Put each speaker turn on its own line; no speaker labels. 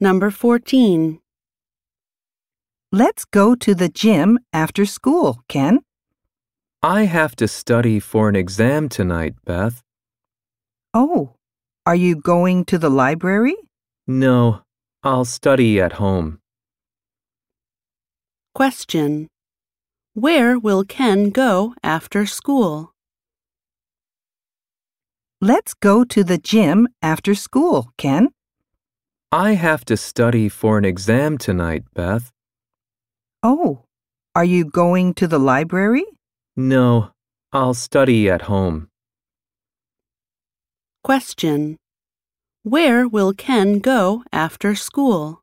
Number 14.
Let's go to the gym after school, Ken.
I have to study for an exam tonight, Beth.
Oh, are you going to the library?
No, I'll study at home.
Question. Where will Ken go after school?
Let's go to the gym after school, Ken.
I have to study for an exam tonight, Beth.
Oh, are you going to the library?
No, I'll study at home.
Question. Where will Ken go after school?